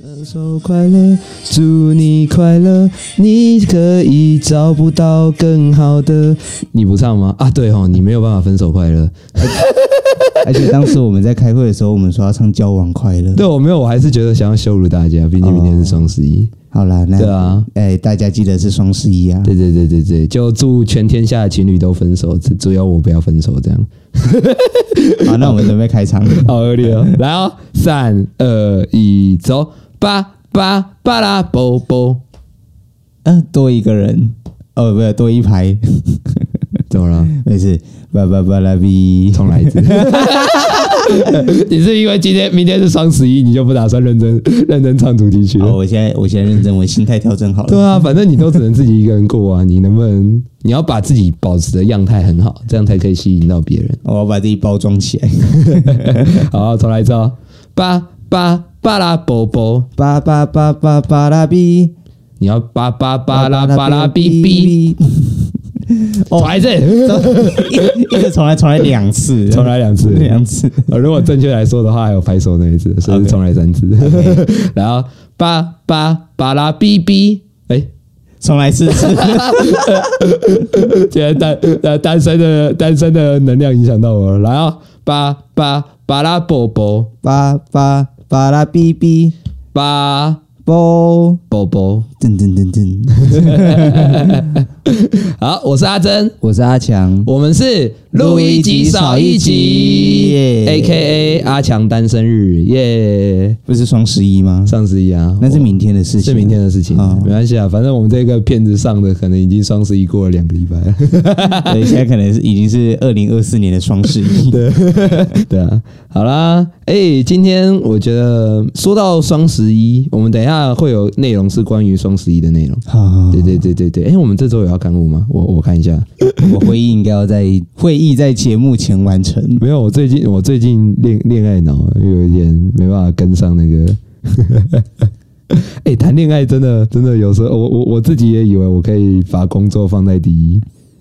分手快乐，祝你快乐，你可以找不到更好的。你不唱吗？啊，对哦，你没有办法分手快乐。 而且当时我们在开会的时候，我们说要唱《交往快乐》。对我没有，我还是觉得想要羞辱大家，毕竟明天是双十一。好啦，那对啊，哎、大家记得是双十一啊。对对对对对，就祝全天下的情侣都分手，只只有我不要分手这样。 好，那我们准备开场。好恶劣 哦！来哦，三二一，走！八八巴拉波 波，呃，多一个人，哦，不是多一排， 怎么了？没事。巴巴巴拉比，重来一次。 你是因为今天、明天是双十一，你就不打算认真、认真唱主题曲好，了？我现在我现在认真，我心态调整好了。对啊，反正你都只能自己一个人过啊，你能不能？你要把自己保持的样态很好，这样才可以吸引到别人。哦我要把自己包装起来。 好，重来一次哦。巴巴巴拉波波，巴巴巴巴巴拉比，你要巴巴巴拉巴拉哔哔，哔。重来一次， 一一个重来重来两次， 重来两次，两次。呃，如果正确来说的话，还有拍手那一次，所以是重来三次。 然后巴巴巴拉哔哔，哎，重来四 次，今天单呃单身的单身的能量影响到我了。来啊、巴巴巴拉波波巴巴巴拉哔哔，巴波，波波。噔噔噔噔。好，我是阿珍，我是阿强，我们是录一集少一集耶，A K A 阿强单身日耶，不是双十一吗？上十一啊，那是明天的事是情，明天 的事情哦，没关系啊，反正我们这个片子上的可能已经双十一过了两个礼拜了。对，现在可能是已经是二零二四年的双十一。 对，对啊，好啦，哎、今天我觉得说到双十一，我们等一下会有内容是关于双十一的内容。好，对对对对对，哎、我们这周有要刊物吗？我我看一下，我会议应该要在会议在节目前完成。没有，我最近我最近恋恋爱脑有一点没办法跟上那 个。哎、谈恋爱真的真的有时候，我我我自己也以为我可以把工作放在第一，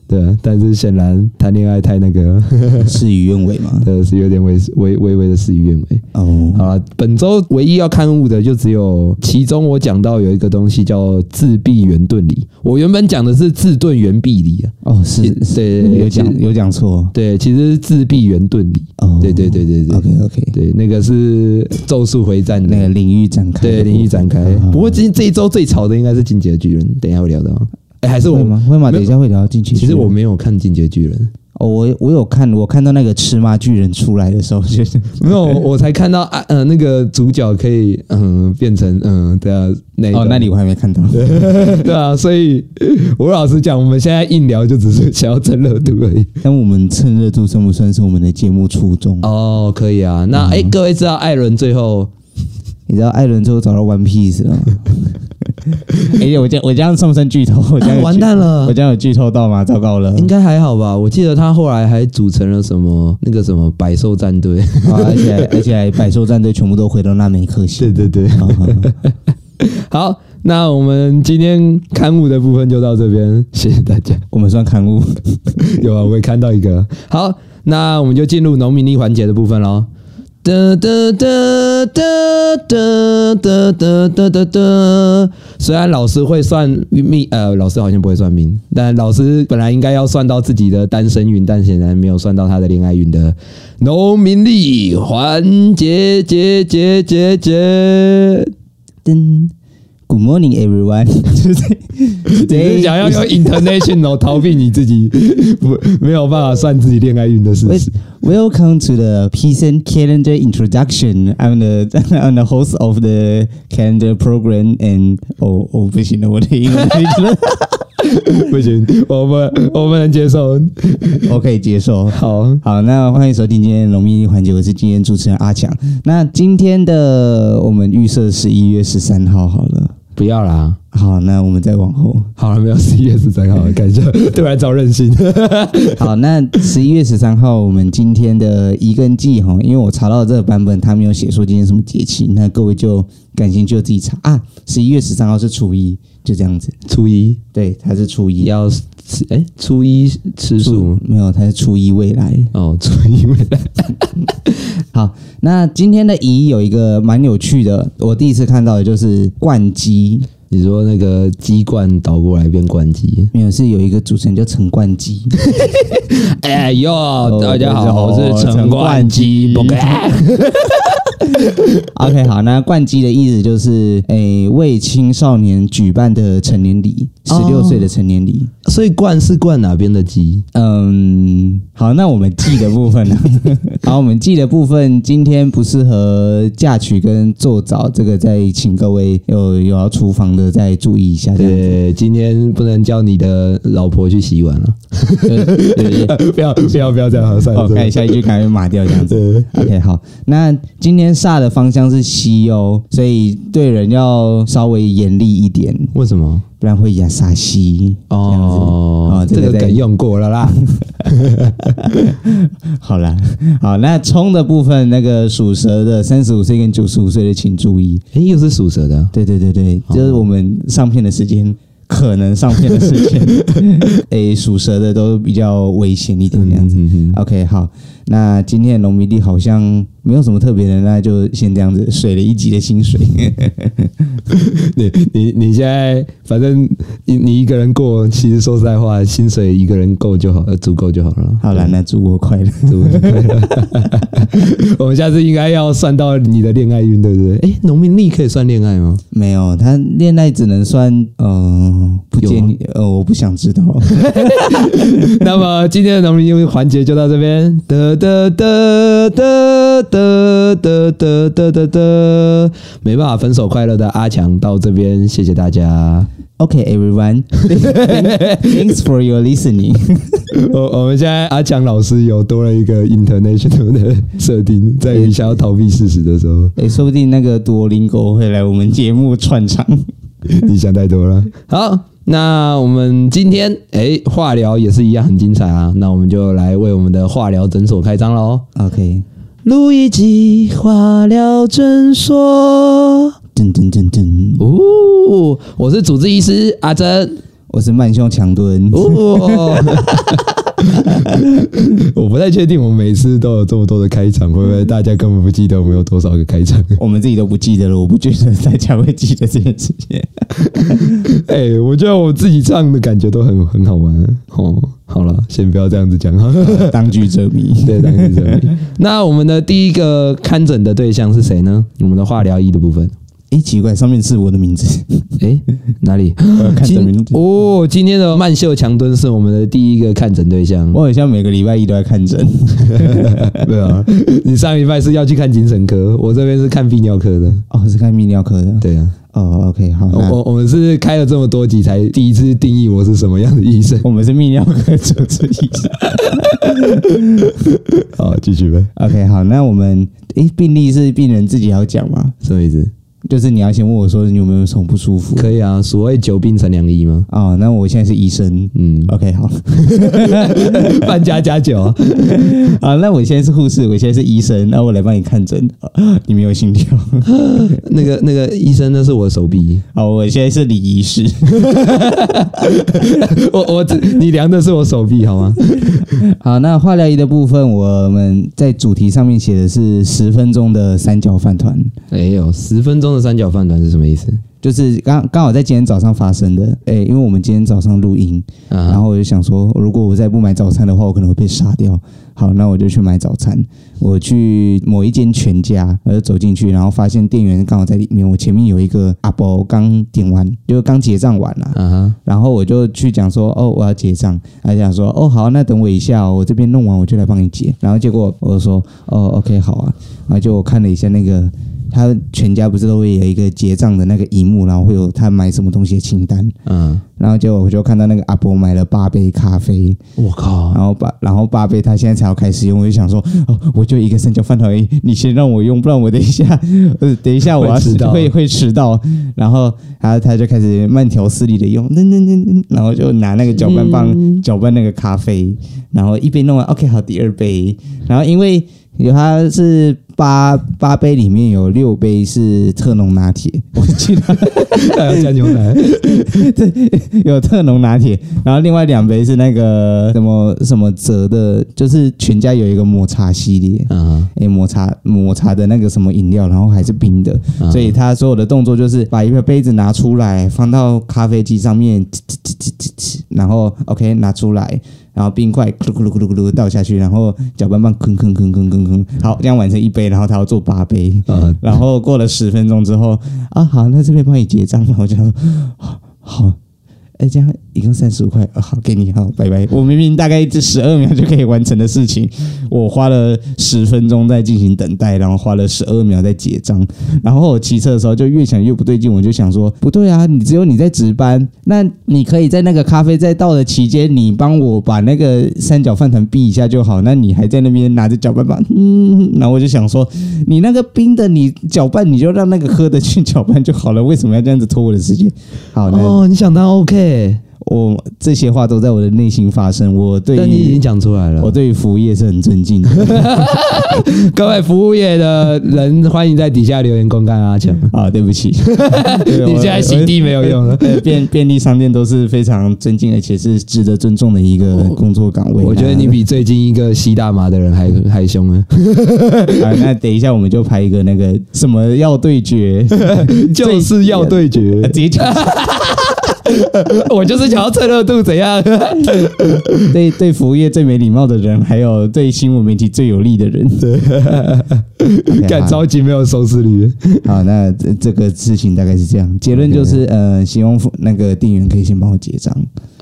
对啊，但是显然谈恋爱太那个 了，事与愿违吗？真的是有点微微微微的事与愿违。哦，好了，啊本周唯一要刊物的就只有其中我讲到有一个东西叫自闭圆盾理。我原本讲的是自盾圆臂理啊，哦，是对对对有其讲实有讲错。对，其实是自闭圆盾理。哦，对对对对对，OK OK，对，那个是咒术回战那的。个啊领域展开，对，领域展开。不过今这一周最潮的应该是《进击的巨人》，等一下会聊到。哎、还是会我，吗？会吗？没有等一下会聊到进去。其实我没有看《进击的巨人》，哦，我我有看，我看到那个吃妈巨人出来的时候，就是没有，我才看到啊，呃，那个主角可以嗯、变成嗯、对啊，那一 哦，种那里我还没看到。 对啊，所以我老实讲，我们现在硬聊就只是想要蹭热度而已。但我们趁热度算不算是我们的节目初衷？哦，可以啊。那哎、诶各位知道艾伦最后 你知道艾伦之后找到 One Piece 了吗？ 哎呀，我这样我这样算不算剧透？我这啊样有剧、完蛋了 我，这样有剧透到吗？糟糕了！应该还好吧？我记得他后来还组成了什么那个什么百兽战队。啊 而且还而且还百兽战队全部都回到那美克星。对对，啊啊啊好，那我们今天刊物的部分就到这边，谢谢大家。我们算刊物。 有啊，我也看到一个。好，那我们就进入农民力环节的部分喽。哒哒哒哒哒哒哒哒哒哒。虽然老师会算命，呃，老师好像不会算命，但老师本来应该要算到自己的单身运，但显然没有算到他的恋爱运的农民力环节节节节节。噔，Good morning everyone，就是你是想要 用 international 逃避你自己不没有办法算自己恋爱运的事情？ Welcome to the Peasant Calendar Introduction. I'm the I'm the host of the calendar program and 哦哦不行了，我的 英文不行了 不行，我们我们能接受。我可以接受。好，好，那欢迎收听今天的农民环节，我是今天主持人阿强。那今天的我们预设十一月十三号好了。不要啦。好，那我们再往后。好了，没有十一月十三号，感谢， 突然找任性。好，那十一月十三号，我们今天的移根记哈，因为我查到这个版本，它没有写说今天什么节气，那各位就感兴趣的自己查啊。十一月十三号是初一，就这样子。初一对，它是初一，要吃，哎、初一吃素吗？没有，它是初一未来。哦，初一未来，好，那今天的仪有一个蛮有趣的，我第一次看到的就是冠基，你说那个鸡冠倒过来变冠鸡？没有是有一个主持人叫陈冠基， 哎呦，哦大家好，大家好我是陈陈冠冠鸡基。OK，好，那冠基的意思就是，诶、为青少年举办的成年礼，十六哦岁的成年礼。所以冠是冠哪边的鸡？嗯，好，那我们记的部分呢？ 好，我们记的部分今天不适合嫁娶跟做早，这个再请各位有有要厨房的再注意一下。这样对，今天不能叫你的老婆去洗碗了。对对对 对，不要不要不要这样，算好，哦看一下一句，赶快码掉这样子。对， OK，好，那今天煞的方向是西哦，所以对人要稍微严厉一点，为什么？不然会亚煞西。哦哦，这这个个在梗用过了啦。好啦，好，那冲的部分，那个属蛇的三十五岁跟九十五岁的请注意。哎，又是属蛇的啊，对对对对，就是我们上片的时间，可能上片的时间， 诶、属蛇的都比较危险一点这样子。嗯， OK，好，那今天的农民地好像没有什么特别的，那就先这样子，水了一集的 薪水。你你你现在反正你你一个人过，其实说实在话，薪水一个人够就好，呃足够就好了。 好啦，那祝我快乐。足够就可以了。我们下次应该要算到你的恋爱运，对不对？哎，农民力可以算恋爱吗？没有，他恋爱只能算，嗯、不建议，啊呃，我不想知道。 那么今天的农民英语环节就到这边。得得得得得得得得得得，没办法分手快乐的阿强到这边，谢谢大家。 Okay, everyone. Thanks for your listening. 我我们现在阿强老师有多了一个 international 的设定，在于想要逃避事实的时 候，诶、哎说不定那个多林狗会来我们节目串场。你想太多了。好，那我们今天哎化疗也是一样很精彩啊，那我们就来为我们的化疗诊所开张喽。 OK，路易吉化疗诊所。噔噔噔噔，哦，我是主治医师阿 珍。我是慢胸强蹲。哦， 我不太确定，我每次都有这么多的开场，会不会大家根本不记得我们有多少个开场？我们自己都不记得了，我不觉得大家会记得这件事 情。哎、我觉得我自己唱的感觉都很很好玩哦。好了，先不要这样子讲 哈。当局者迷。对，当然是这样。那我们的第一个看诊的对象是谁呢？我们的化疗医的部分。诶、哎奇怪，上面是我的名字，哎、哪里？我要看的名今字。哦，今天的曼秀强蹲是我们的第一个看诊对象。我好像每个礼拜一都在看诊。对啊，你上礼拜是要去看精神科，我这边是看泌尿科的。 哦，是看泌尿科的。对啊，哦，OK，好，我那我我们是开了这么多集才第一次定义我是什么样的医生。我们是泌尿科主治医 生。好，继续呗。 OK，好，那我们诶、病例是病人自己要讲吗？什么意思？就是你要先问我说你有没有什么不舒服？可以啊，所谓久病成良医吗？哦，那我现在是医生。，嗯 OK，好， 半加加酒啊。啊，那我现在是护士，我现在是医生，那我来帮你看诊。啊你没有心跳？ 那个那个医生，那是我的手臂。好，我现在是李医师。我我你量的是我手臂好吗？好，那化疗仪的部分，我们在主题上面写的是十分钟的三角饭团，没有，十分钟的三角饭团是什么意思？就是刚刚好在今天早上发生的。诶、因为我们今天早上录音，然啊，后我就想说，如果我再不买早餐的话，我可能会被杀掉。好，那我就去买早餐。我去某一间全家，我就走进去，然后发现店员刚好在里面。我前面有一个阿伯刚点完，就是刚结账完啦、啊哈，然后我就去讲说，哦，我要结账。他讲说，哦，好，那等我一下、哦，我这边弄完我就来帮你结。然后结果我说，哦，OK，好啊。然后就我看了一下那个，他全家不是都会有一个结账的那个荧幕，然后会有他买什么东西的清单。嗯，然后结果我就看到那个阿伯买了八杯咖啡，我靠 然，后八然后八杯他现在才要开始用，我就想说，哦，我就一个三角饭团而已，你先让我用，不然我等一下， 呃，等一下我要会迟到 会会迟到。然后他他就开始慢条斯理的用，噔噔噔噔，然后就拿那个搅拌棒、搅拌那个咖啡，然后一杯弄完，OK，好，第二杯，然后因为。有它是八八杯里面有六杯是特浓拿铁，我记得还要加牛奶， 有特浓拿铁，然后另外两杯是那个什么什么泽的，就是全家有一个抹茶系列。啊，诶、抹茶抹茶的那个什么饮料，然后还是冰的，啊嗯所以他所有的动作就是把一个杯子拿出来，放到咖啡机上面，嘖嘖嘖嘖嘖嘖然后 OK 拿出来，然后冰块咕噜咕噜咕噜咕噜倒下去，然后搅拌棒吭吭吭吭吭吭，好，这样完成一杯，然后他要做八杯，呃，然后过了十分钟之后，啊，好，那这边帮你结账了。我就说，好，好哎，这样一共三十五块、哦，好，给你，好，拜拜。我明明大概这十二秒就可以完成的事情，我花了十分钟在进行等待，然后花了十二秒在结账。然后我骑车的时候就越想越不对劲，我就想说，不对啊，你只有你在值班，那你可以在那个咖啡在倒的期间，你帮我把那个三角饭团逼一下就好。那你还在那边拿着搅拌棒， 嗯，然后我就想说，你那个冰的你搅拌，你就让那个喝的去搅拌就好了，为什么要这样子拖我的时间？好，那、哦，你想当 OK，我这些话都在我的内心发生，我对但你已于经讲出来了我。对于服务业是很尊敬的。各位服务业的人，欢迎在底下留言公干阿强。啊，对不起，你你现在洗地没有用了。 便哎便利商店都是非常尊敬，而且是值得尊重的一个工作岗位。哦我觉得你那比最近一个吸大麻的人还还凶啊！ 啊，那等一下我们就拍一个那个什么要 对决，就是要对啊决直，接讲 我就是想要蹭热度，怎样？对对服务业最没礼貌的人，还有对新闻媒体最有利的人。 对，干着急没有收视率，好，那这这个事情大概是这样，结论就是，呃，希望服那个店员可以先帮我结账。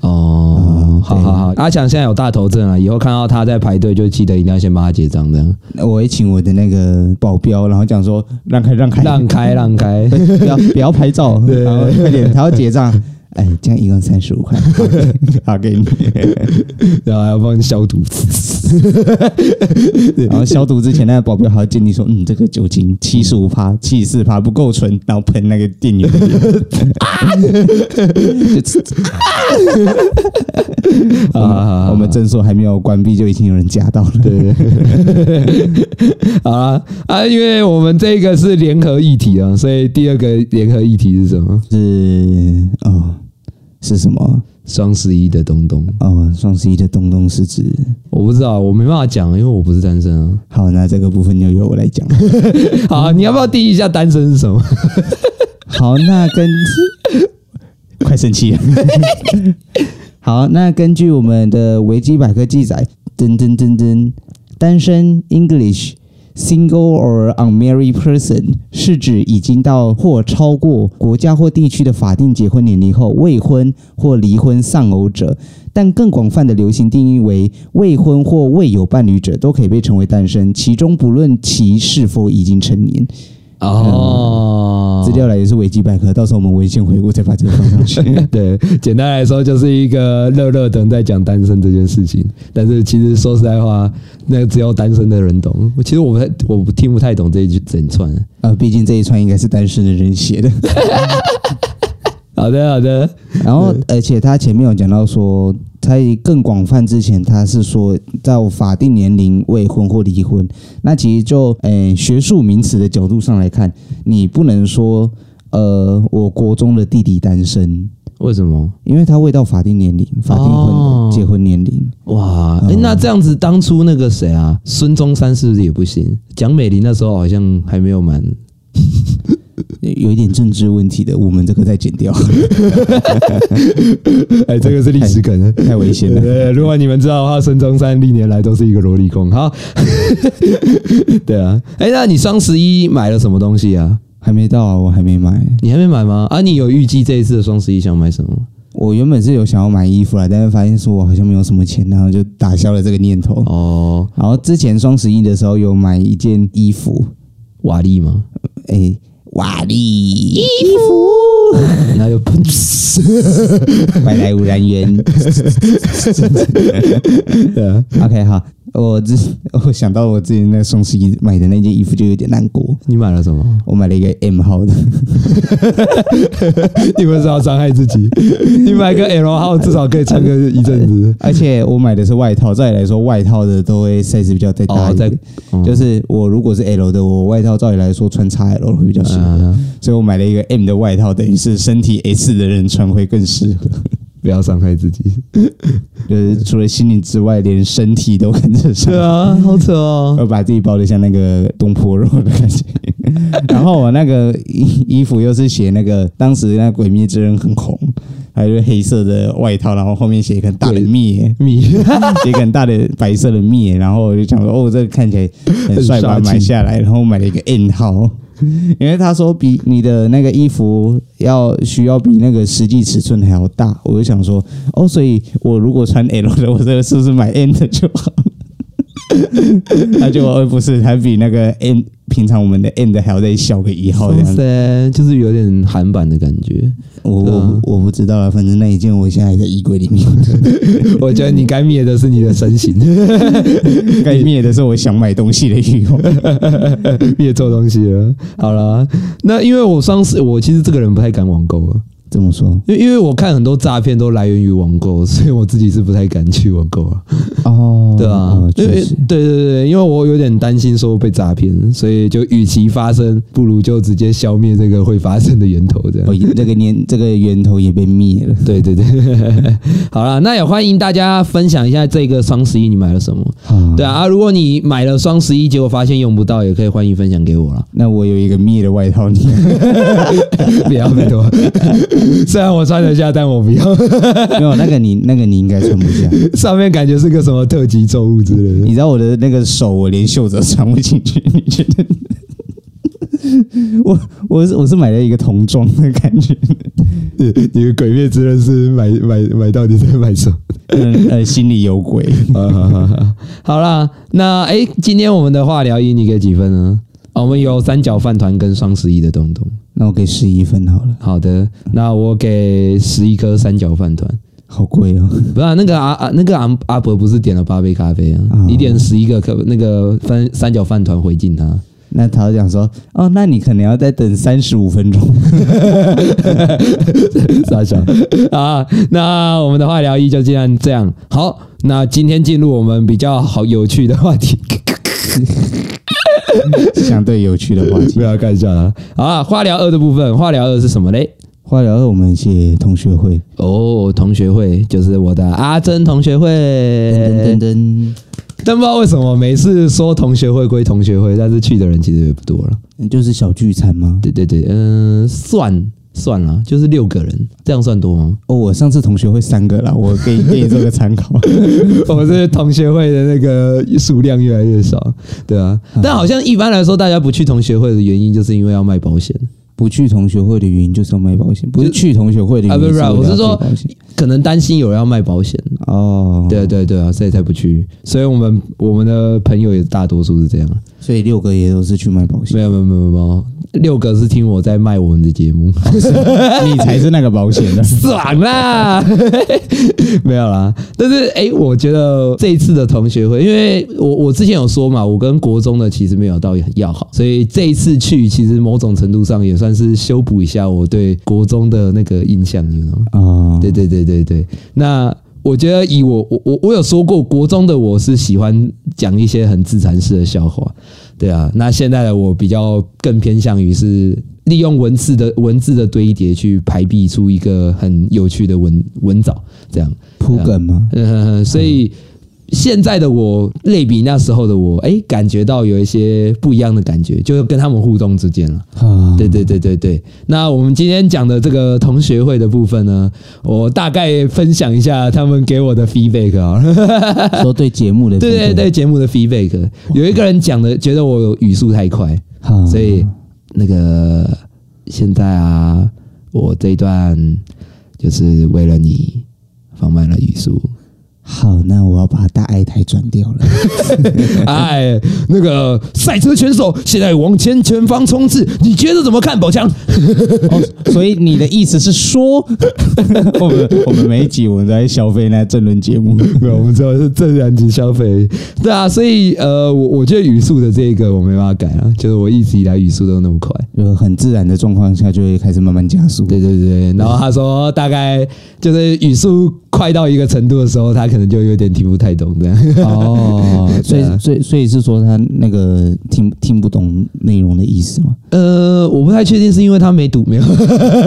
哦嗯，好对好好，阿强现在有大头症啊，以后看到他在排队，就记得一定要先帮他结账，这 样我会请我的那个保镖，然后讲说让开让开让开让 开。 不要不要拍照，然后快点，他要结账。哎，这样一共三十五块，好给你。然后还要帮你消 毒。然后消毒之前，那个保镖还要建议说，嗯，这个酒精七十五帕、七十四帕不够纯，然后喷那个店员的脸。就好啊好好好我们诊所还没有关闭，就已经有人夹到了。对，好啦，啊，因为我们这个是联合议题啊，所以第二个联合议题是什么？是哦，是什么？双十一的东东，哦，双十一的东东是指。我不知道，我没办法讲，因为我不是单身啊。好，那这个部分就由我来讲。 好啊，你要不要定义一下单身是什么？ 好，那跟快生气 了。好，那根据我们的维基百科记载，噔噔噔噔，单身 English single or unmarried person 是指已经到或超过国家或地区的法定结婚年龄后，未婚或离婚丧偶者。但更广泛的流行定义为未婚或未有伴侣者都可以被称为单身，其中不论其是否已经成年。 哦，资料来源是维基百科，到时候我们文献回顾再把这个放上 去。对，简单来说就是一个热热的人在讲单身这件事情，但是其实说实在话，那只有单身的人懂。其实我不太，我不听不太懂这一句整串。呃，毕竟这一串应该是单身的人写的。好的，好的，然后，而且他前面有讲到说，在更广泛之前，他是说到法定年龄未婚或离婚。那其实就诶、呃学术名词的角度上来看，你不能说呃，我国中的弟弟单身，为什么？因为他未到法定年龄，法定婚、哦结婚年龄。哇，诶那这样子，当初那个谁啊，孙中山是不是也不行？蒋美玲那时候好像还没有满。有一点政治问题的，我们这个再剪 掉， 哎、这个是历史 梗。太危险了。对，如果你们知道的话，孙中山历年来都是一个萝莉控。好， 对啊。哎、那你双十一买了什么东西啊？还没到啊，我还没买。你还没买吗？啊，你有预计这一次的双十一想买什么吗？我原本是有想要买衣服啦，但是发现说我好像没有什么钱，然后就打消了这个念头。哦，然后之前双十一的时候有买一件衣服，瓦力吗？哎、瓦力衣服，那就外来污染源。对啊， OK，好，我之我想到我之前在双十一买的那件衣服就有点难过，你买了什么？我买了一个 M 号的， 你为什么要伤害自己？你买个 L 号至少可以穿个一阵子。而且我买的是外套。照理来说，外套的都会 size 比较再大哦，一在点，就是我如果是 L 的，我外套照理来说穿 XL 会比较适合，嗯，所以我买了一个 M 的外套，等于是身体 S 的人穿会更适合。不要伤害自己。 就是除了心灵之外，连身体都跟着上。对啊，好扯哦。我把自己包的像那个东坡肉的感觉，然后我那个衣衣服又是写那个当时那《鬼灭之刃》很红，还有黑色的外套，然后后面写一个很大的灭，米 写一个很大的白色的灭，然后我就想说，哦，这个看起来很帅，很把它帅气买下来，然后买了一个 N 号，因为他说比你的那个衣服要需要比那个实际尺寸还要大，我就想说，哦，所以我如果穿 L 的，我这个是不是买 N 的就好？他就而不是，他比那个 N 平常我们的 N 的还要再小个一号这样啊子。塞，就是有点韩版的感觉。我我我不知道了，反正那一件我现在还在衣柜里面。我觉得你该灭的是你的身形， 该灭的是我想买东西的欲望。灭错东西了。好了，那因为我上次我其实这个人不太敢网购啊，这么说因为因为我看很多诈骗都来源于网购，所以我自己是不太敢去网购啊。哦对啊哦，因为确实。对对对，因为我有点担心说被诈骗，所以就与其发生，不如就直接消灭这个会发生的源头，这样 哦，。这个年这个源头也被灭了。对对对， 好啦，那也欢迎大家分享一下这个双十一你买了什么。啊对啊，啊如果你买了双十一，结果发现用不到，也可以欢迎分享给我啦。那我有一个灭的外套，你 不要拜托， 虽然我穿得下，但我不要。 没有那个你那个你应该穿不下。 上面感觉是个什么特级咒物之类的。你知道我的那个手，我连袖子都穿不进去，你觉得？ 我我是我是买了一个童装的感觉，你你的鬼灭之刃是买买买到底在买什么？嗯呃，心里有鬼。好好好好 好啦，那哎、诶今天我们的话聊一，你给几分呢？哦我们有三角饭团跟双十一的东东。那我给十一分好了，好的，那我给十一颗三角饭团。好贵哦。不是、啊、那个阿阿那个阿阿伯不是点了八杯咖啡啊？啊你点十一个可那个三三角饭团回敬他。 那他讲说，哦，那你可能要再等三十五分钟。 傻笑啊！那我们的话聊一就尽量这样。好，那今天进入我们比较好有趣的话题，相对有趣的话题不。要看一下了。好啊，话聊二的部分，话聊二是什么嘞？话聊我们写同学会，哦，同学会就是我的阿珍同学会。噔噔噔但不知道为什么每次说同学会归同学会，但是去的人其实也不多了。噔，就是小聚餐吗？对对对，嗯、算算了，就是六个人，这样算多吗？哦，我上次同学会三个啦，我给你给你做个参考。 我们这同学会的那个数量越来越少，对啊。但好像一般来说，大家不去同学会的原因，就是因为要卖保险。不去同学会的原因就是要买保险，不是去同学会的啊原因不是不是为了我是要说买保险可能担心有人要卖保险，哦，对啊对啊对啊，所以才不去。所以我们我们的朋友也大多数是这样。所以六个也都是去买 保险没，有没有没有没有，六个是听我在卖我们的节目， 你才是那个保险的爽啦！ 没有啦，但是哎、诶我觉得这一次的同学会，因为我我之前有说嘛，我跟国中的其实没有到很要好，所以这一次去，其实某种程度上也算是修补一下我对国中的那个印象，你知道吗？哦，对对对对对，那。我觉得以我我我我有说过，国中的我是喜欢讲一些很自残式的笑话，对啊。那现在的我比较更偏向于是利用文字的文字的堆叠去排比出一个很有趣的文文藻，这样。铺梗吗？呃，所以现在的我类比那时候的我，哎、感觉到有一些不一样的感觉，就是跟他们互动之间了。啊，对对对对对。那我们今天讲的这个同学会的部分呢，我大概分享一下他们给我的 feedback 啊。说对节目的对对分配对，节目的 feedback，有一个人讲的觉得我有语速太快，啊所以那个现在啊，我这一段就是为了你放慢了语速。好，那我要把大爱台转掉 了。哎，那个赛车选手现在往前前方冲刺，你觉得怎么看？宝强，哦，所以你的意思是说， 我们我们每一集我们都在消费那政论节目， 没有，我们知道是正燃级消费，对啊，所以呃，我我觉得语速的这个我没办法改啊，就是我一直以来语速都那么快。就呃很自然的状况下就会开始慢慢加速。对对对，然后他说大概就是语速快到一个程度的时候，他可能就有点听不太懂这样。 哦，所对啊以所以所以是说他那个听听不懂内容的意思吗？呃，我不太确定是因为他没赌没有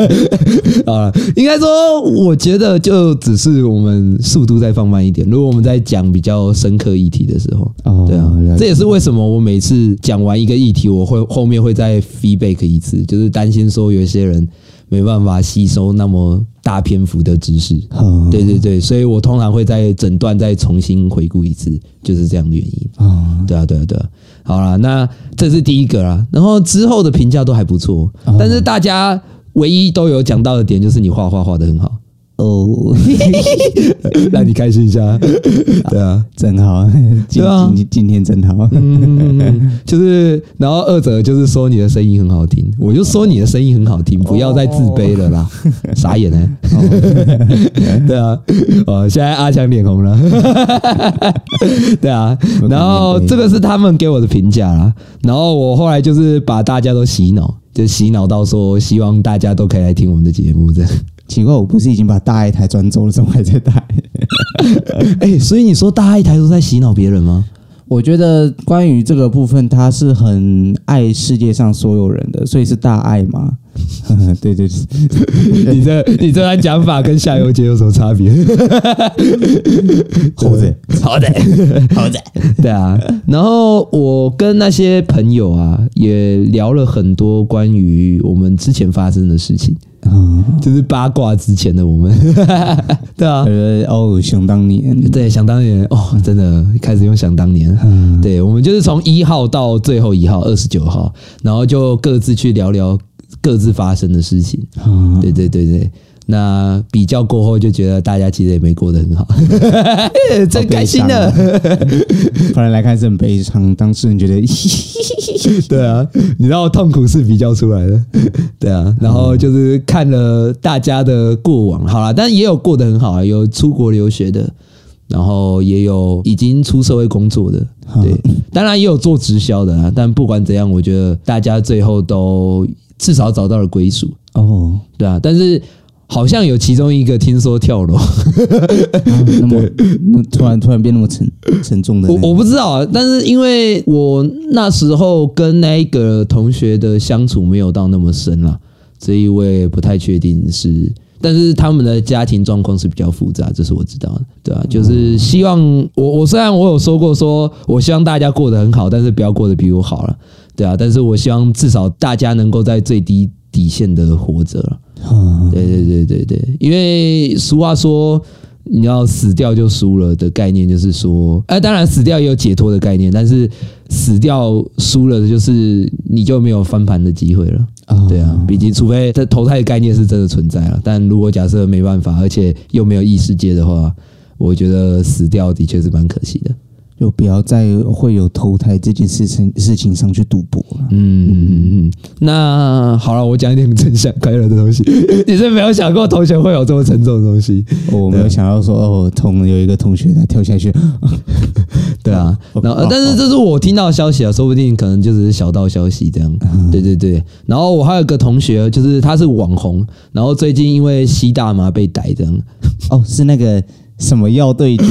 啊，应该说我觉得就只是我们速度再放慢一点。如果我们在讲比较深刻议题的时候，哦，对啊，了这解也是为什么我每次讲完一个议题，我会后面会再 feedback 一次，就是担心说有一些人没办法吸收那么大篇幅的知识。哦对对对，所以我通常会在整段再重新回顾一次，就是这样的原因。哦对啊，对啊，对啊。好啦，那这是第一个啦，然后之后的评价都还不错，哦但是大家唯一都有讲到的点就是你画画画的很 好，哦，让你开心一 下。对啊， 真好，今对啊今今天 真好，嗯， 就是，然后二者就是说你的声音很好听，我就说你的声音很好听，不要再自卑了啦，傻眼呢、欸 对啊，哦，现在阿强脸红了， 对啊，然后这个是他们给我的评价啦，然后我后来就是把大家都洗脑，就洗脑到说希望大家都可以来听我们的节目这样。奇怪，我不是已经把大爱台转走了，怎么还在大爱？ 哎、所以你说大家一抬头在洗脑别人吗？我觉得关于这个部分，他是很爱世界上所有人的，所以是大爱嘛。 对对对， 你这你这番讲法跟夏油杰有什么差 别？猴子，好的。猴子， 对啊，然后我跟那些朋友啊，也聊了很多关于我们之前发生的事情，啊，就是八卦之前的我们。 对啊，呃，哦，想当年，对，想当年哦，真的开始用想当年。嗯，对，我们就是从一号到最后一号二十九号，然后就各自去聊聊各自发生的事情。啊，对对对对。那比较过后，就觉得大家其实也没过得很好， 真开心啊 的。不啊然来看是很悲伤，当事人觉得， 对啊，你知道痛苦是比较出来的， 对啊。然后就是看了大家的过往，好啦，但也有过得很好啊，有出国留学的，然后也有已经出社会工作的，嗯对，当然也有做直销的啊。但不管怎样，我觉得大家最后都至少找到了归属，哦，对啊。但是好像有其中一个听说跳楼，啊那么那突然突然变那么沉沉重的那我种，我不知道啊，但是因为我那时候跟那一个同学的相处没有到那么深啦，所以我也不太确定是，但是他们的家庭状况是比较复杂，这是我知道的，对啊，就是希望我我虽然我有说过说我希望大家过得很好，但是不要过得比我好了，对啊，但是我希望至少大家能够在最低底线的活着啦啊，哦对对对对对，因为俗话说。你要死掉就输了的概念，就是说，哎、当然死掉也有解脱的概念，但是死掉输了的就是你就没有翻盘的机会了。啊对啊，毕竟除非这投胎的概念是真的存在了，但如果假设没办法，而且又没有异世界的话，我觉得死掉的确是蛮可惜的。就不要再会有投胎这件事情事情上去赌博了。嗯嗯嗯嗯，那好了，我讲一点 正向快乐的东西。你是没有想过同学会有这么沉重的东西，我啊没有想到说，哦，同有一个同学他跳下去，对啊，然后但是这是我听到的消息啊，说不定可能就只是小道消息这样。对对对，然后我还有个同学，就是他是网红，然后最近因为吸大麻被逮 这样。哦，是那个什么药对决，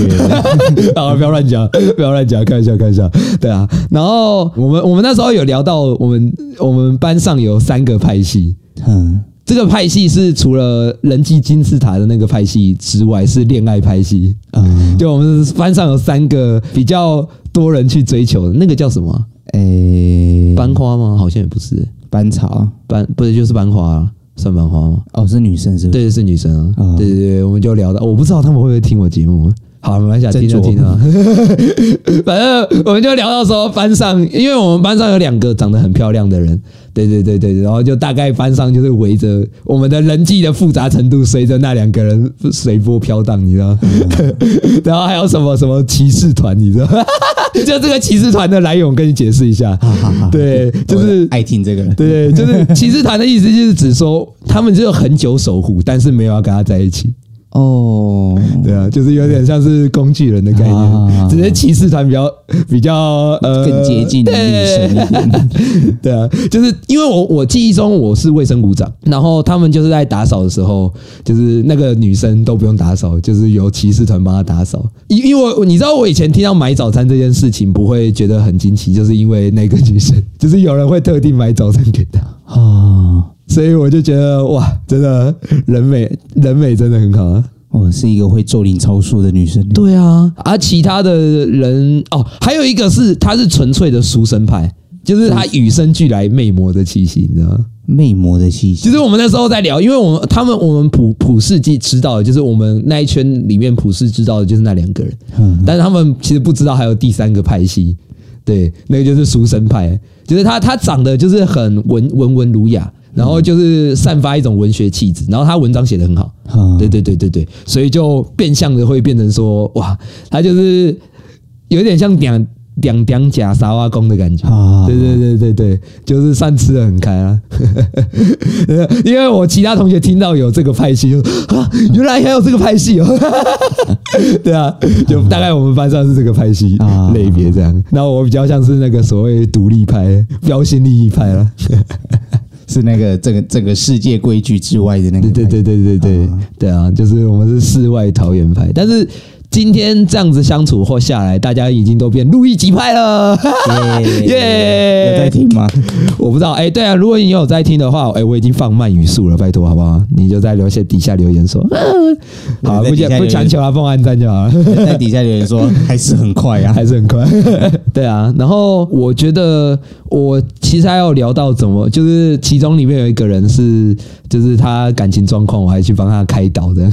啊，不要乱讲，不要乱讲，看一下看一下，对啊。然后我们我们那时候有聊到，我们我们班上有三个派系。嗯，这个派系是除了人际金字塔的那个派系之外，是恋爱派系。啊，就我们班上有三个比较多人去追求的，那个叫什么啊？诶，班花吗？好像也不是、班草，班不是就是班花、啊，算班花吗？哦，是女生是不是？对，是女生啊。啊对对对，我们就聊到，我不知道他们会不会听我节目。好，没关系啊，斟听就酌听啊。 反正我们就聊到说班上，因为我们班上有两个长得很漂亮的人，对对对对，然后就大概班上就是围着我们的人际的复杂程度，随着那两个人随波飘荡，你知道？嗯 然后还有什么什么骑士团，你知道？ 就这个骑士团的来源，我跟你解释一下。对，就是我爱听这个人，对，就是骑士团的意思就是指说他们只有很久守护，但是没有要跟他在一起。哦，对啊，就是有点像是工具人的概念，啊只是骑士团比较比较呃更接近女神一 点，对啊，就是因为我我记忆中我是卫生股长，然后他们就是在打扫的时候，就是那个女生都不用打扫，就是由骑士团帮她打扫。因因为我你知道我以前听到买早餐这件事情不会觉得很惊奇，就是因为那个女生， 就是有人会特地买早餐给她。啊，所以我就觉得哇，真的人美人美真的很好啊。我是一个会咒灵超速的女生，对啊，而其他的人哦，还有一个是他是纯粹的书生派，就是他与生俱来魅魔的气息，你知道吗？魅魔的气息其实我们那时候在聊，因为我们他们我们普普世界知道的，就是我们那一圈里面普世知道的就是那两个人，嗯但是他们其实不知道还有第三个派系，对，那个就是书生派，就是他他长得就是很文文文儒雅，然后就是散发一种文学气质，然后他文章写得很好，啊对对对对对，所以就变相的会变成说，哇，他就是有点像两两两假沙瓦公的感觉。啊，对对对对对，就是饭吃的很开啊， 因为我其他同学听到有这个派系，就说啊，原来还有这个派系哦， 对啊，就大概我们班上是这个派系啊类别这样，那我比较像是那个所谓独立派、标新立异派啊啦，是那个这个这个世界规矩之外的那个对派，对对对对对啊对啊，就是我们是世外桃源派，但是。今天这样子相处或下来，大家已经都变路易吉派了，耶耶有在听吗？ 我不知道，哎、对啊，如果你有在听的话，哎、我已经放慢语速了，拜托好不好？你就在留下底下留言说，啊、好啊，在不强底下留言不强求啊，放按赞就好了， 在底下留言说还是很快啊，还是很快。 对啊，然后我觉得我其实还有聊到怎么，就是其中里面有一个人是，就是他感情状况，我还去帮他开导的。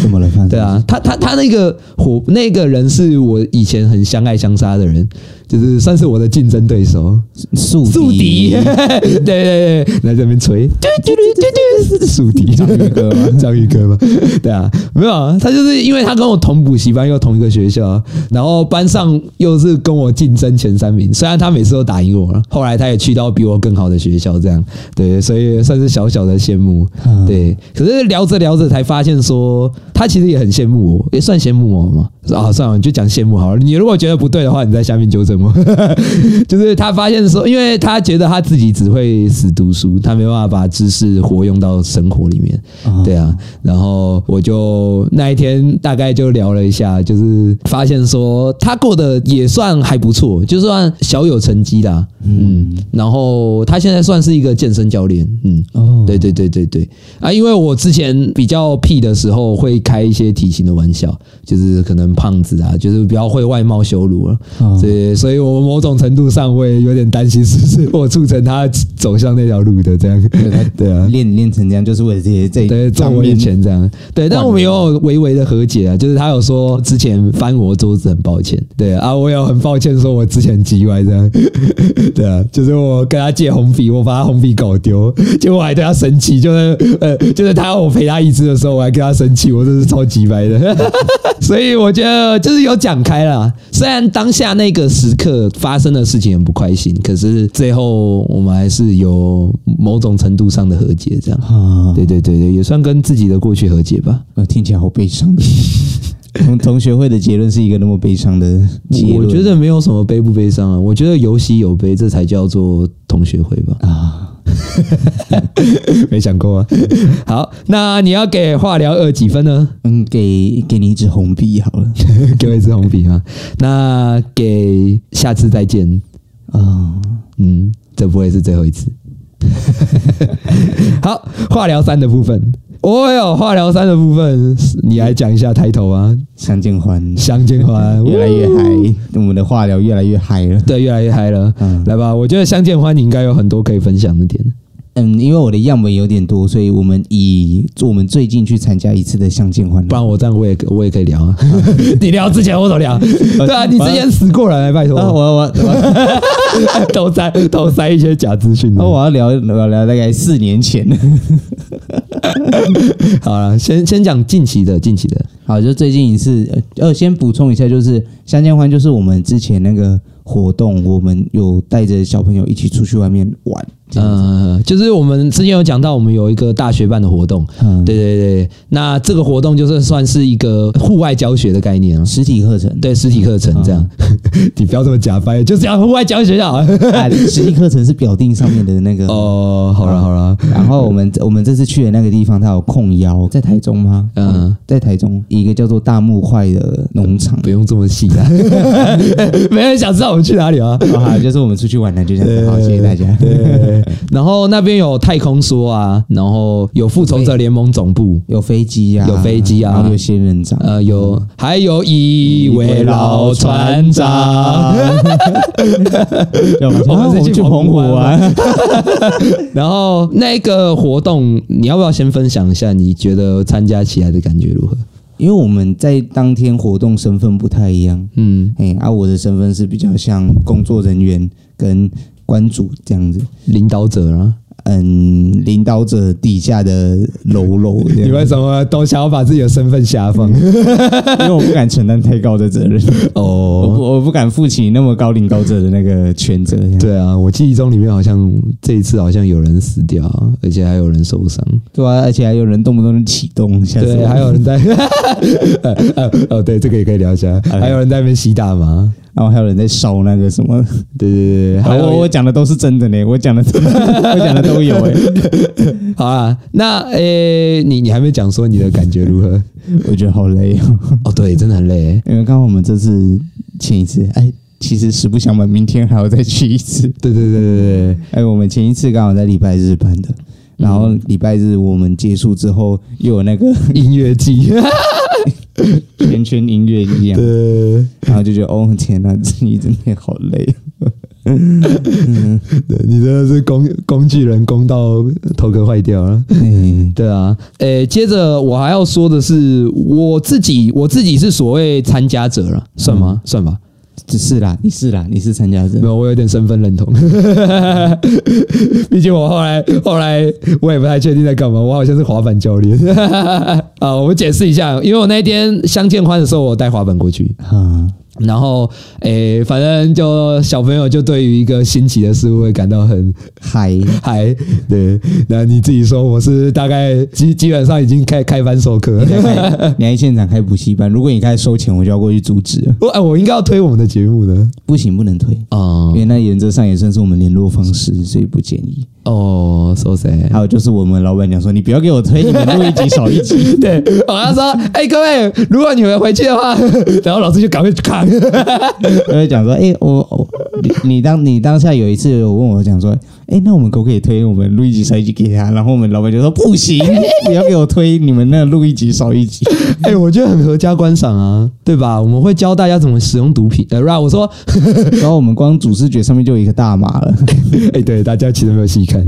怎么了？对啊，他他他那个火那个人是我以前很相爱相杀的人，就是算是我的竞争对手。宿宿敌， 对对对，来这边吹，嘟嘟嘟嘟嘟，宿敌，章鱼哥吗？章鱼哥吗？对啊，没有啊，他就是因为他跟我同补习班，又同一个学校，然后班上又是跟我竞争前三名，虽然他每次都打赢我了，后来他也去到比我更好的学校，这样对，所以算是小小的羡慕，嗯对。可是聊着聊着才发现说，他其实也很羡慕我，也算羡慕我嘛。啊，算了，你就讲羡慕好了。你如果觉得不对的话，你在下面纠正我。 就是他发现说，因为他觉得他自己只会死读书，他没办法把知识活用到生活里面。啊对啊，然后我就那一天大概就聊了一下，就是发现说他过得也算还不错，就算小有成绩啦。嗯，然后他现在算是一个健身教练。嗯，哦对对对对对啊！因为我之前比较屁的时候，会开一些体型的玩笑，就是可能胖子啊，就是比较会外貌羞辱了。啊所以，所以我某种程度上，我也有点担心，是不是我促成他走向那条路的这样？ 对啊，练练成这样就是为了这些这对，在方我面面前这样。对，但我们也有微微的和解啊，就是他有说之前翻我桌子很抱歉，对啊，我有很抱歉说我之前叽歪这样， 对啊，就是我跟他借红笔，我把他红笔搞丢，结果我还对他生气，就是呃，就是他要我陪他一支的时候，我还跟他生气，我真是超级歪的。 所以我觉得就是有讲开啦，虽然当下那个时刻发生的事情很不开心，可是最后我们还是有某种程度上的和解，这样。啊，对对对对，也算跟自己的过去和解吧。呃听起来好悲伤的。同同学会的结论是一个那么悲伤的结我论，觉得没有什么悲不悲伤啊，我觉得有喜有悲，这才叫做同学会吧。啊， 没想过啊。 好，那你要给化疗二几分呢？嗯，给给你一支红笔好了 给我一支红笔啊。那给下次再见。啊，嗯，这不会是最后一次。 好，化疗三的部分。哦哟，化疗三的部分，你来讲一下抬头啊，相见欢，相见欢，越来越嗨，我们的化疗越来越嗨了。对，越来越嗨了。嗯来吧，我觉得相见欢你应该有很多可以分享的点。嗯，因为我的样本有点多，所以我们以我们最近去参加一次的相见欢不然我这样我也我也可以聊啊。 你聊之前我怎么 聊？对啊，你之前死过人，拜托啊，我我，我我 都塞都塞一些假资讯的。哦我要聊聊聊大概四年 前，好了，先先讲近期的，近期的好，就最近一次，呃，呃先补充一下，就是相见欢，就是我们之前那个活动，我们有带着小朋友一起出去外面玩，这样子呃，就是我们之前有讲到，我们有一个大学办的活动，嗯，对对对，那这个活动就是算是一个户外教学的概念啊，实体课程，对实体课程这样，嗯 你不要这么假掰，就是要户外教学就好。啊，实体课程是表定上面的 那个。哦，好了好了，然后我们我们这次去的那个地方，它有控窑，在台中吗？嗯，在台中一个叫做大木块的农场。不用这么细 啊，没人想知道我们去哪里啊。啊，好就是我们出去玩了，就这样子。好，谢谢大家。然后那边有太空梭啊，然后有复仇者联盟总部，有飞机呀、有飞机啊然后有仙人掌，呃，有还有一位老船 长，哦哦要不然我就啊们我是们去去澎澎湖湖玩玩。然后那个活动，你要不要先分享一下？你觉得参加起来的感觉如何？因为我们在当天活动身份不太一样，嗯，哎、啊，我的身份是比较像工作人员跟关主这样子，领导者啊，嗯，领导者底下的喽 喽这样，什么都想要把自己的身份下放？因为我不敢承担太高的责任，我哦，不我不敢负起那么高领导者的那个全责。这样对啊，我记忆中里面好像这一次好像有人死掉，而且还有人受伤。对啊，而且还有人动不动就启动，吓死我对，了还有人 在，呃呃哦，对，这个也可以聊一下。还有人在那边吸大麻，然后还有人在烧那个什么，对对对，好还有我我讲的都是真的呢，我讲的都 我讲的都有哎、好啊。那诶、你你还没讲说你的感觉如何？我觉得好累哦，哦，对，真的很累欸。因为刚刚我们这次前一次，哎，其实实不相瞒，明天还要再去一次，对对对对对，哎，我们前一次刚好在礼拜日办的。然后礼拜日我们结束之后，又有那个音乐 季，圆圈音乐一样，对然后就觉得哦天哪，这一整天好累。对，你真的是工工具人，工到头壳坏掉了。哎，对啊，诶、接着我还要说的是，我自己我自己是所谓参加者了，算吗？算吧，只是啦，你是啦，你是参加者没，有，我有点身份认同。 毕竟我后来后来我也不太确定在干嘛，我好像是滑板教练。 啊，我解释一下，因为我那天相见欢的时候，我带滑板过去，哈，然后诶、反正就小朋友就对于一个新奇的事物会感到很嗨，嗨。对，那你自己说，我是大概基基本上已经开开班授课。你还开你还现场开补习班，如果你开始收钱，我就要过去阻止了。 我哎，我应该要推我们的节目的不行，不能推，哦因为那原则上也算是我们联络方式，所以不建议。哦，so sad 还。有就是我们老板讲说，你不要给我推，你们录一集少一 集。对，我要说，哎、各位，如果你们回去的话， 然后老师就赶快去看。我就讲说，哎、我我你你当你当下有一次有问我讲说，哎、那我们可不可以推我们录一集少一集给他？然后我们老板就说不行，不要给我推你们那录一集少一集。 哎、我觉得很合家观赏啊，对吧？我们会教大家怎么使用毒品。呃，right，我说，然后我们光主视觉上面就有一个大码了，哎、对，大家其实没有细看，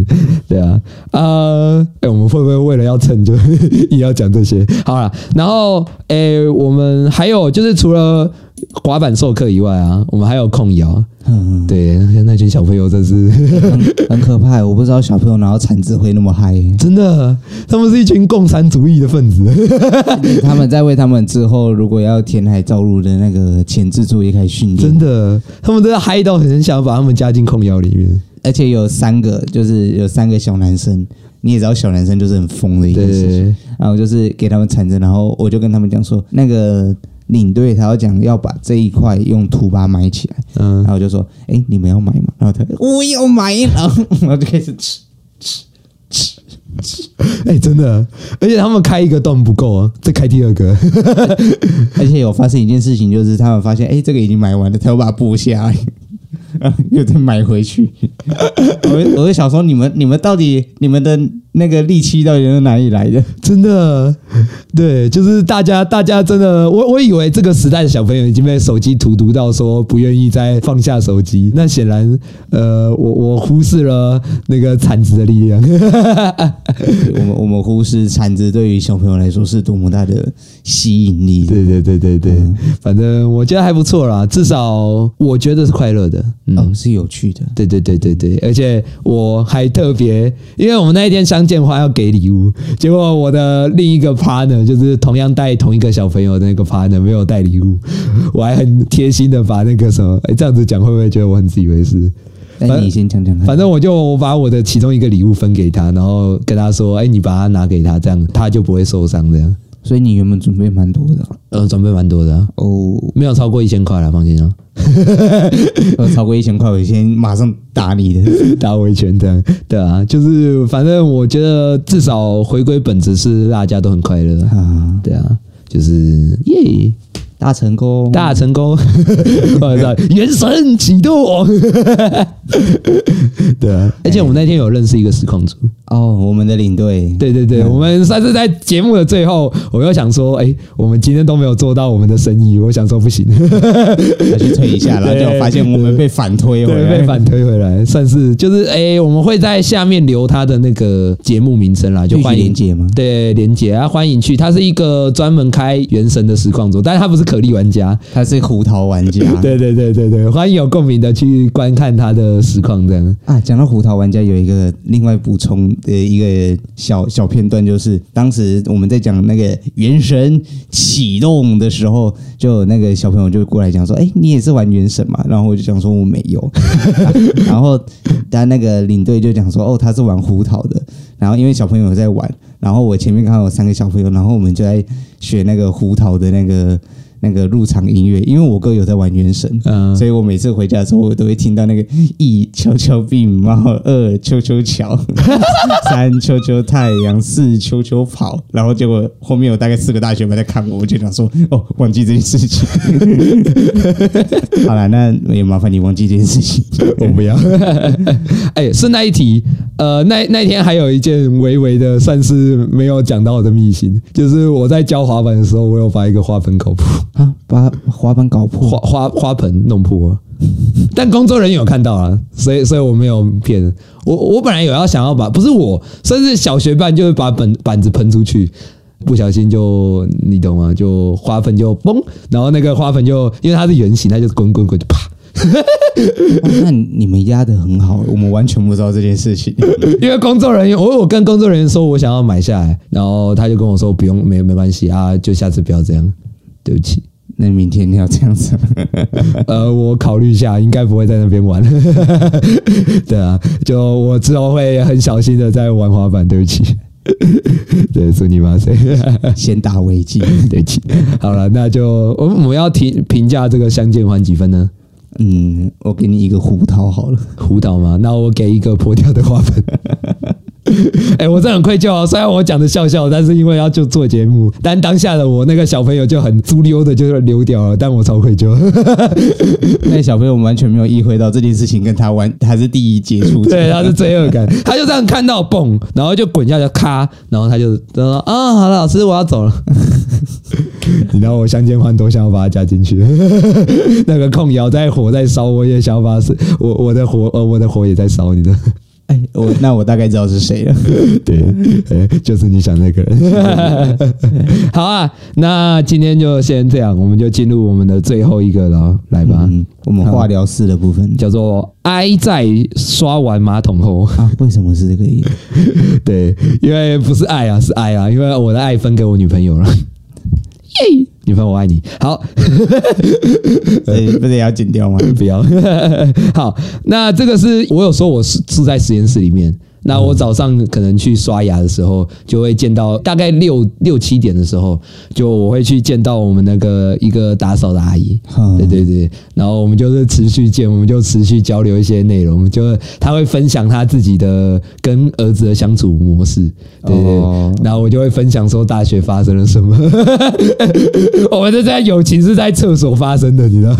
对啊，呃，哎、我们会不会为了要蹭就 也要讲这些？好了，然后，哎、我们还有就是除了滑板授课以外啊，我们还有控摇，嗯，对，那群小朋友真是。 很很可怕。我不知道小朋友拿到铲子会那么嗨、真的，他们是一群共产主义的分子。他们在为他们之后如果要填海造陆的那个前置作业开始训练，真，的，他们真的嗨到很想把他们加进控窑里面。而且有三个，就是有三个小男生，你也知道小男生就是很疯的一件对事对情，对，然后就是给他们缠着，然后我就跟他们讲说，那个领队他要讲要把这一块用土把它埋起来，嗯然，后我就说，哎、你们要埋吗？然后他我要埋，然后然后就开始吃。哎、真的，而且他们开一个洞不够啊，再开第二个。 而且有发生一件事情，就是他们发现，哎、这个已经买完了，他又把它剥下来， 然后又再买回去。我我就想说，你们你们到底你们的那个力气到底是哪里来的？真的，对，就是大家，大家真的，我我以为这个时代的小朋友已经被手机荼毒到，说不愿意再放下手机。那显然，呃，我我忽视了那个产值的力量。对我们 我们忽视产值对于小朋友来说是多么大的吸引 力。对对对对对，嗯反正我觉得还不错啦，至少我觉得是快乐的。嗯，哦，是有趣的。对对对对对，而且我还特别，因为我们那一天相见话要给礼物，结果我的另一个 partner 就是同样带同一个小朋友的那个 partner 没有带礼物，我还很贴心的把那个什么，哎，这样子讲会不会觉得我很自以为是？那你先讲讲看。反正我就我把我的其中一个礼物分给他，然后跟他说，哎，你把它拿给他，这样他就不会受伤。这样，所以你原本准备蛮多 的呃，准备蛮多的啊、哦，没有超过一千块了，放心啊，呃超过一千块，我先马上打你的。打我一拳这样，对啊，就是反正我觉得至少回归本质是大家都很快乐啊。啊，对啊，就是耶，大成功！大成功， 我操，原神启动，对啊，而且我们那天有认识一个实况组，哦，我们的领队，对对对，我们算是在节目的最后，我又想说，哎、我们今天都没有做到我们的生意，我想说不行，要去退一下，然后对就发现我们被反推回对，被来。反推回来，算是就是哎、我们会在下面留他的那个节目名称啦，就具体欢迎连接吗？对连结啊，欢迎去，他是一个专门开原神的实况组，但是他不是可力玩家，他是胡桃玩家。 对对对对对，欢迎有共鸣的去观看他的实况，这样啊，讲到胡桃玩家，有一个另外补充的一个小小片段，就是当时我们在讲那个《原神》启动的时候，就有那个小朋友就过来讲说：“哎、你也是玩《原神》嘛？”然后我就讲说我没有， 然后他那个领队就讲说：“哦，他是玩胡桃的。”然后因为小朋友有在玩，然后我前面刚好有三个小朋友，然后我们就在学那个胡桃的那个那个入场音乐，因为我哥有在玩《原神》，嗯，所以我每次回家的时候，我都会听到那个一敲敲病猫，二敲敲桥，三敲敲太阳，四敲敲跑。然后结果后面有大概四个大学妹在看我，我就想说，哦，忘记这件事情。好了，那也麻烦你忘记这件事情。我不要。 哎、顺带一提，呃，那那天还有一件微微的，算是没有讲到的秘辛，就是我在教滑板的时候，我有把一个花盆搞破，啊，把滑板搞破，花花花盆弄破 了，但工作人员有看到啊，所以所以我没有骗。我我本来有要想要把，不是我，甚至小学班就是把本板子喷出去。不小心就你懂吗？就花盆就崩，然后那个花盆就因为它是圆形，它就滚滚滚就啪，哇那你们压的很好，我们完全不知道这件事情。因为工作人员，我我跟工作人员说我想要买下来，然后他就跟我说不用，没没关系啊，就下次不要这样，对不起。那明天你要这样子吗，呃，我考虑一下，应该不会在那边玩。 对啊，就我之后会很小心的在玩滑板，对不起。 对，祝你妈谁？先打围巾。对不起。 好了，那就我们我们要评评价这个相见欢几分呢？嗯，我给你一个胡桃好了。胡导吗？那我给一个破掉的花盆。 哎、我真的很愧疚啊！虽然我讲的笑笑，但是因为要就做节目，但当下的我那个小朋友就很猪溜的，就是溜掉了，但我超愧疚。 那小朋友完全没有意会到这件事情跟他玩，他是第一接触 者。对，他是罪恶感，他就这样看到蹦，然后就滚下去咔，然后他就他说啊，好了，老师我要走了。 你知道我相见欢多想要把它加 进去，那个控窑在火在烧，我也想要把它是我我的火呃我的火也在烧，你的哎，我那我大概知道是谁了。 对，哎就是你想那个人。 好啊，那今天就先这样，我们就进入我们的最后一个了，来吧，嗯，我们化疗室的部分叫做哀在刷完马桶后。啊，为什么是这个 意思？ 对，因为不是爱啊，是爱啊，因为我的爱分给我女朋友了。耶，女朋友我爱你。好，所以哎不是也要剪 掉吗？不要。 好，那这个是我有说我是住在实验室里面。那我早上可能去刷牙的时候，就会见到大概六六七点的时候，就我会去见到我们那个一个打扫的阿姨。嗯对对对，然后我们就是持续见，我们就持续交流一些内容，就是他会分享他自己的跟儿子的相处模式，对对对哦然后我就会分享说大学发生了什么， 我们这在友情是在厕所发生的，你知道？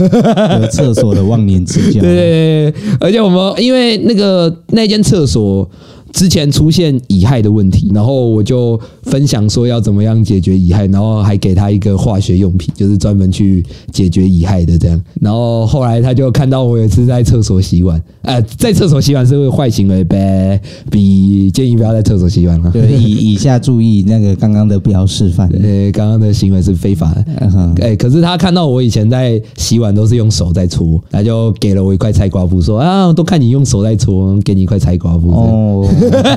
有厕所的忘年之对交。对对，对而且我们因为那个那间厕所。之前出现乙亥的问题，然后我就分享说要怎么样解决乙亥，然后还给他一个化学用品，就是专门去解决乙亥的这样。然后后来他就看到我有一次在厕所洗碗，呃，在厕所洗碗是会坏行为呗，比建议不要在厕所洗碗啊了。对，以以下注意那个刚刚的不要示范。呃，刚刚的行为是非法的。嗯哼哎、可是他看到我以前在洗碗都是用手在搓，他就给了我一块菜瓜布，说啊，都看你用手在搓，给你一块菜瓜布。哦、哦，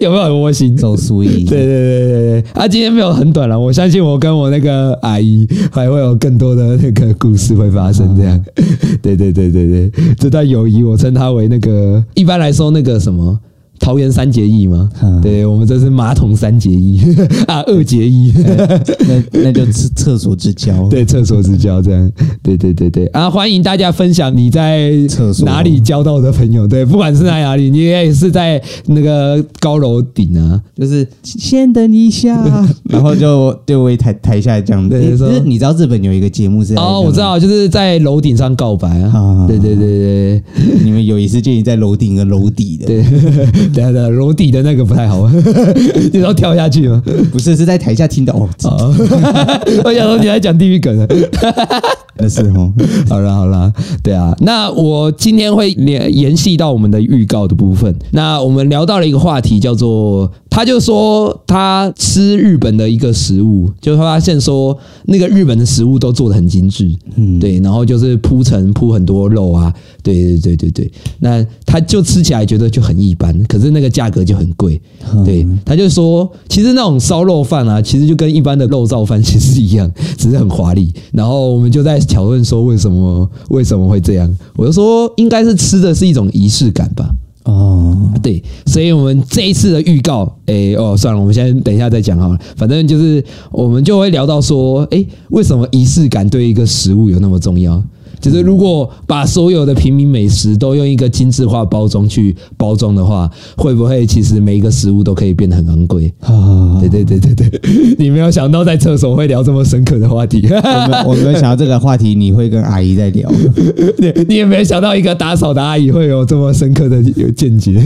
有没有很窝心？走苏对怡，对对对对，啊，今天没有很短了，我相信我跟我那个阿姨还会有更多的那个故事会发生。这样，嗯 对对对对对，这段友谊我称它为那个，一般来说那个什么。桃园三结义嘛，嗯对我们这是马桶三结义 啊，二结义，那那就厕厕所之交。，对厕所之交这样，对对对对啊，欢迎大家分享你在厕所哪里交到的朋友，对，不管是在哪里，你也是在那个高楼顶啊，就是先等一下， 然后就就为台台下这样子。对诶说就是你知道日本有一个节目是在哦，我知道，就是在楼顶上告白啊啊！对对对对这样子，你们有一次建议在楼顶跟楼底的，对，等下等下，楼底的那个不太好 玩，你要跳下去吗？不是是在台下听到哦，真哦， 我想说你在讲地狱梗啊了。的是哦，好啦 好啦，对啊，那我今天会连延续到我们的预告的部分。那我们聊到了一个话题，叫做他就说他吃日本的一个食物，就发现说那个日本的食物都做的很精致，嗯，对，然后就是铺陈铺很多肉啊，对对对对对，那他就吃起来觉得就很一般，可是那个价格就很贵，嗯对，他就说其实那种烧肉饭啊，其实就跟一般的肉燥饭其实一样， 只是很华丽。然后我们就在讨论说为什么为什么会这样，我就说应该是吃的是一种仪式感吧，哦，对，所以我们这一次的预告，诶、哦，算了，我们先等一下再讲好了。反正就是我们就会聊到说，诶、为什么仪式感对一个食物有那么重要？就是如果把所有的平民美食都用一个精致化包装去包装的话，会不会其实每一个食物都可以变得很昂贵？啊，对对对对 对，你没有想到在厕所会聊这么深刻的话题， 我们我没有想到这个话题你会跟阿姨在聊，你你也没有想到一个打扫的阿姨会有这么深刻的见解。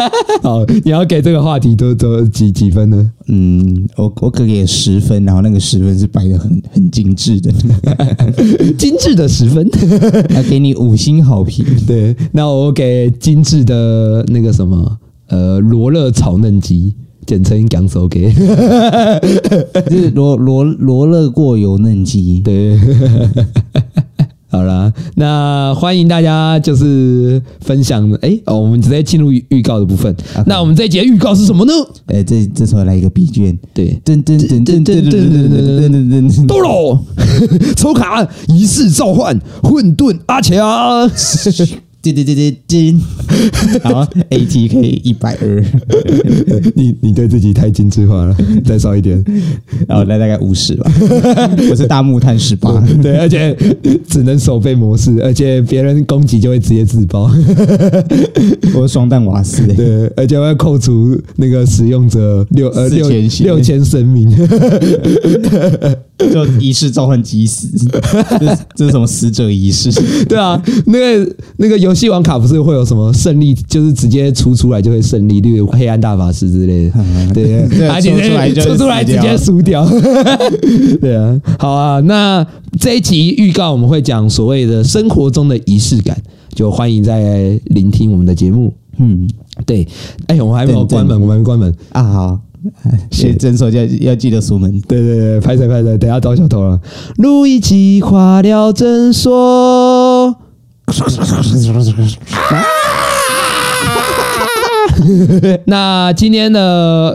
好，你要给这个话题多多几几分呢？嗯，我我可给十分，然后那个十分是摆的很很精致的，精致的十分。要给你五星好评。对，那我给精致的那个什么，呃，罗勒炒嫩鸡，简称港手给。就是罗罗罗勒过油嫩鸡，对，好啦，那欢迎大家就是分享，诶，哦，我们直接进入预告的部分。那我们这一节预告是什么呢？呃，这这时候来一个 B 卷，对。噔噔噔噔噔噔噔噔噔噔多喽，抽卡仪式召唤混沌阿强，噔，对对对对对，好，ATK 一百二，你你对自己太精致化了，再少一点。然后那大概五十吧，我是大木炭十八， 对，而且只能守备模式，而且别人攻击就会直接自爆，我是双蛋瓦斯，欸对，而且会扣除那个使用者六呃四六千血六千生命， 就仪式召唤祭死， 这这是什么死者仪式？对啊，那个那个游戏王卡不是会有什么胜利，就是直接出出来就会胜利，例如黑暗大法师之类的，对，嗯 对而且出出来就会出出来直死掉接输掉， 对啊，好啊，那这一集预告我们会讲所谓的生活中的仪式感，就欢迎再聆听我们的节目。嗯对，哎、我们还没有对对关门，我们还没关门。啊，好，先诊所要要记得锁门。对对对，拍谁拍谁，等一下找小偷了。路易吉化疗诊所，那今天的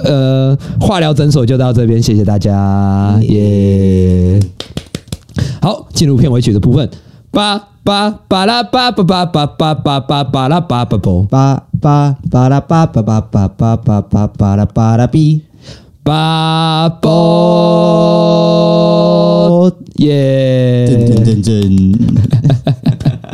呃化疗诊所就到这边，谢谢大家，耶、好，进入片尾曲的部分，巴巴巴拉巴巴巴巴巴巴巴巴拉巴巴啵。巴巴巴拉巴巴巴巴巴巴巴巴拉巴拉比，巴波耶！噔噔噔噔。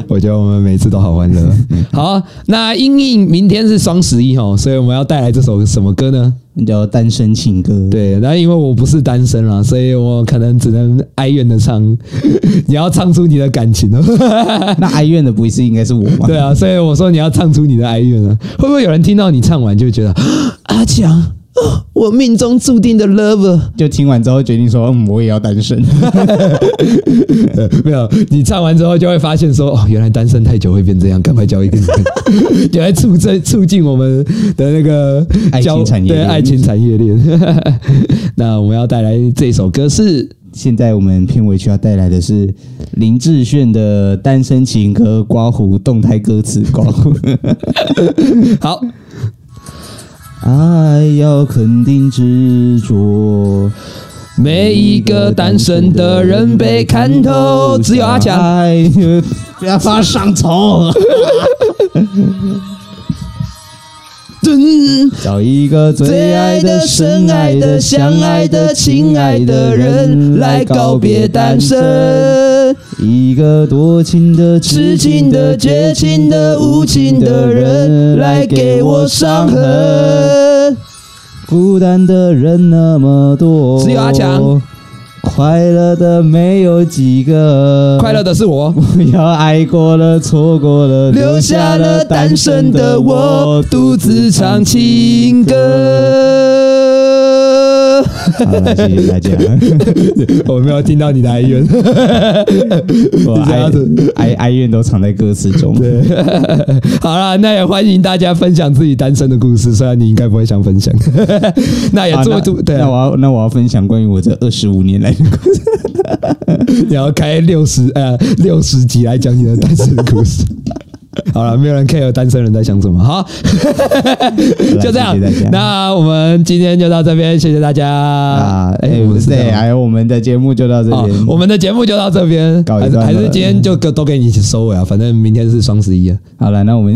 我我觉得我们每次都好欢乐。 好，那因应明天是双十一哦，所以我们要带来这首什么歌呢？叫《单身情歌》。对，那因为我不是单身啦，所以我可能只能哀怨的唱。 你要唱出你的感情哦。那哀怨的不是应该是我吗？ 对啊，所以我说你要唱出你的哀怨啊。会不会有人听到你唱完就觉得啊阿强、哦我命中注定的 lover？ 就听完之后决定说，嗯，我也要单身。没有，你唱完之后就会发现说，哦，原来单身太久会变这样，赶快交一个女人， 原来促进促进我们的那个爱情交产业对链爱情产业链。 那我们要带来这首歌是现在我们片尾曲要带来的是林志炫的《单身情歌》刮胡动态歌词刮胡。好，爱要肯定执着，每一个单身的人被看透，只有阿强。爱。不要发上头。嗯找一个最爱的、深爱的、相爱的、亲爱的人来告别单身。一个多情的、痴情的、绝情的、无情的人来给我伤痕。。孤单的人那么多，只有阿强。快乐的没有几个，快乐的是我，不要爱过了，错过了，留留下下了了单单身身的的我我，，独独自自唱唱情情歌。歌。 好了，谢谢大家。我没有听到你的哀怨。 我哀哀哀怨都藏在歌词中。好啦，那也欢迎大家分享自己单身的故事，虽然你应该不会想分享。 那也啊做那主，对那啊，我要那我要分享关于我这二十五年来的故事。 你要开六十呃六十集来讲你的单身的故 事。好了，没有人 care 单身人在想什么。好，就这样谢谢大家。那我们今天就到这边，谢谢大家。啊，哎、哎，我不们是是，这样吗哎，我们的节目就到这哦边，。我们的节目就到这边，搞一还是段还了嗯是今天就都给你收尾啊，反正明天是双十一啊，好了，那我们，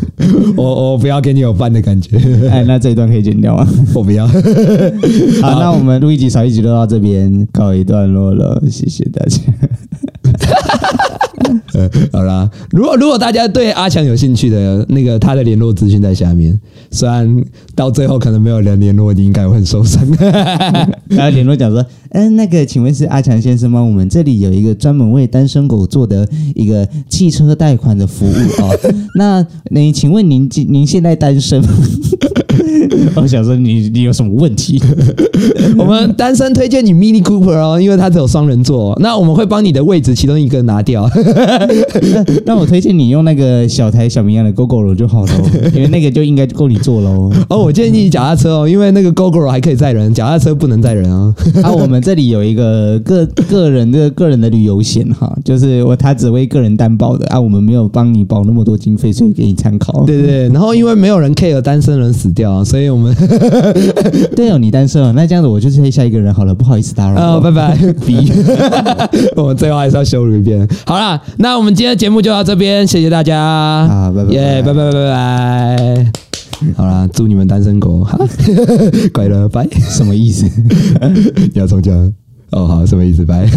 我我不要给你有饭的感觉， 哎，那这一段可以剪掉吗？我不要。 好，那我们录一集少一集就到这边告一段落了，谢谢大家。 好啦，如果如果大家对阿强有兴趣的，那个他的联络资讯在下面，虽然到最后可能没有人联络，你应该会很受伤。然后联络讲说，嗯、那个，请问是阿强先生吗？我们这里有一个专门为单身狗做的一个汽车贷款的服务哦。那你请问您今您现在单身吗？ 我想说你你有什么问题？ 我们单身推荐你 Mini Cooper 哦，因为它只有双人座哦、那我们会帮你的位置其中一个拿掉。 那我推荐你用那个小台小绵羊的 GoGo 楼就好了，哦因为那个就应该够你坐喽。哦，我建议你脚踏车哦，因为那个 GoGo 还可以载人，脚踏车不能载人哦。 啊，我们这里有一个个个人的个人的旅游险哈，就是我他只为个人担保的啊，我们没有帮你保那么多经费，所以给你参考。对对，然后因为没有人 care 单身人死掉，所以我 们对哦，你单身哦，那这样子我就推下一个人好了，不好意思打扰。啊拜 拜 B，我们最后还是要羞辱一遍。好啦，那我们今天的节目就到这边，谢谢大家。啊拜拜耶，拜拜拜拜拜。好啦，祝你们单身 狗 哈快乐，拜。什么意思？你 要重讲哦，好，什么意思？拜。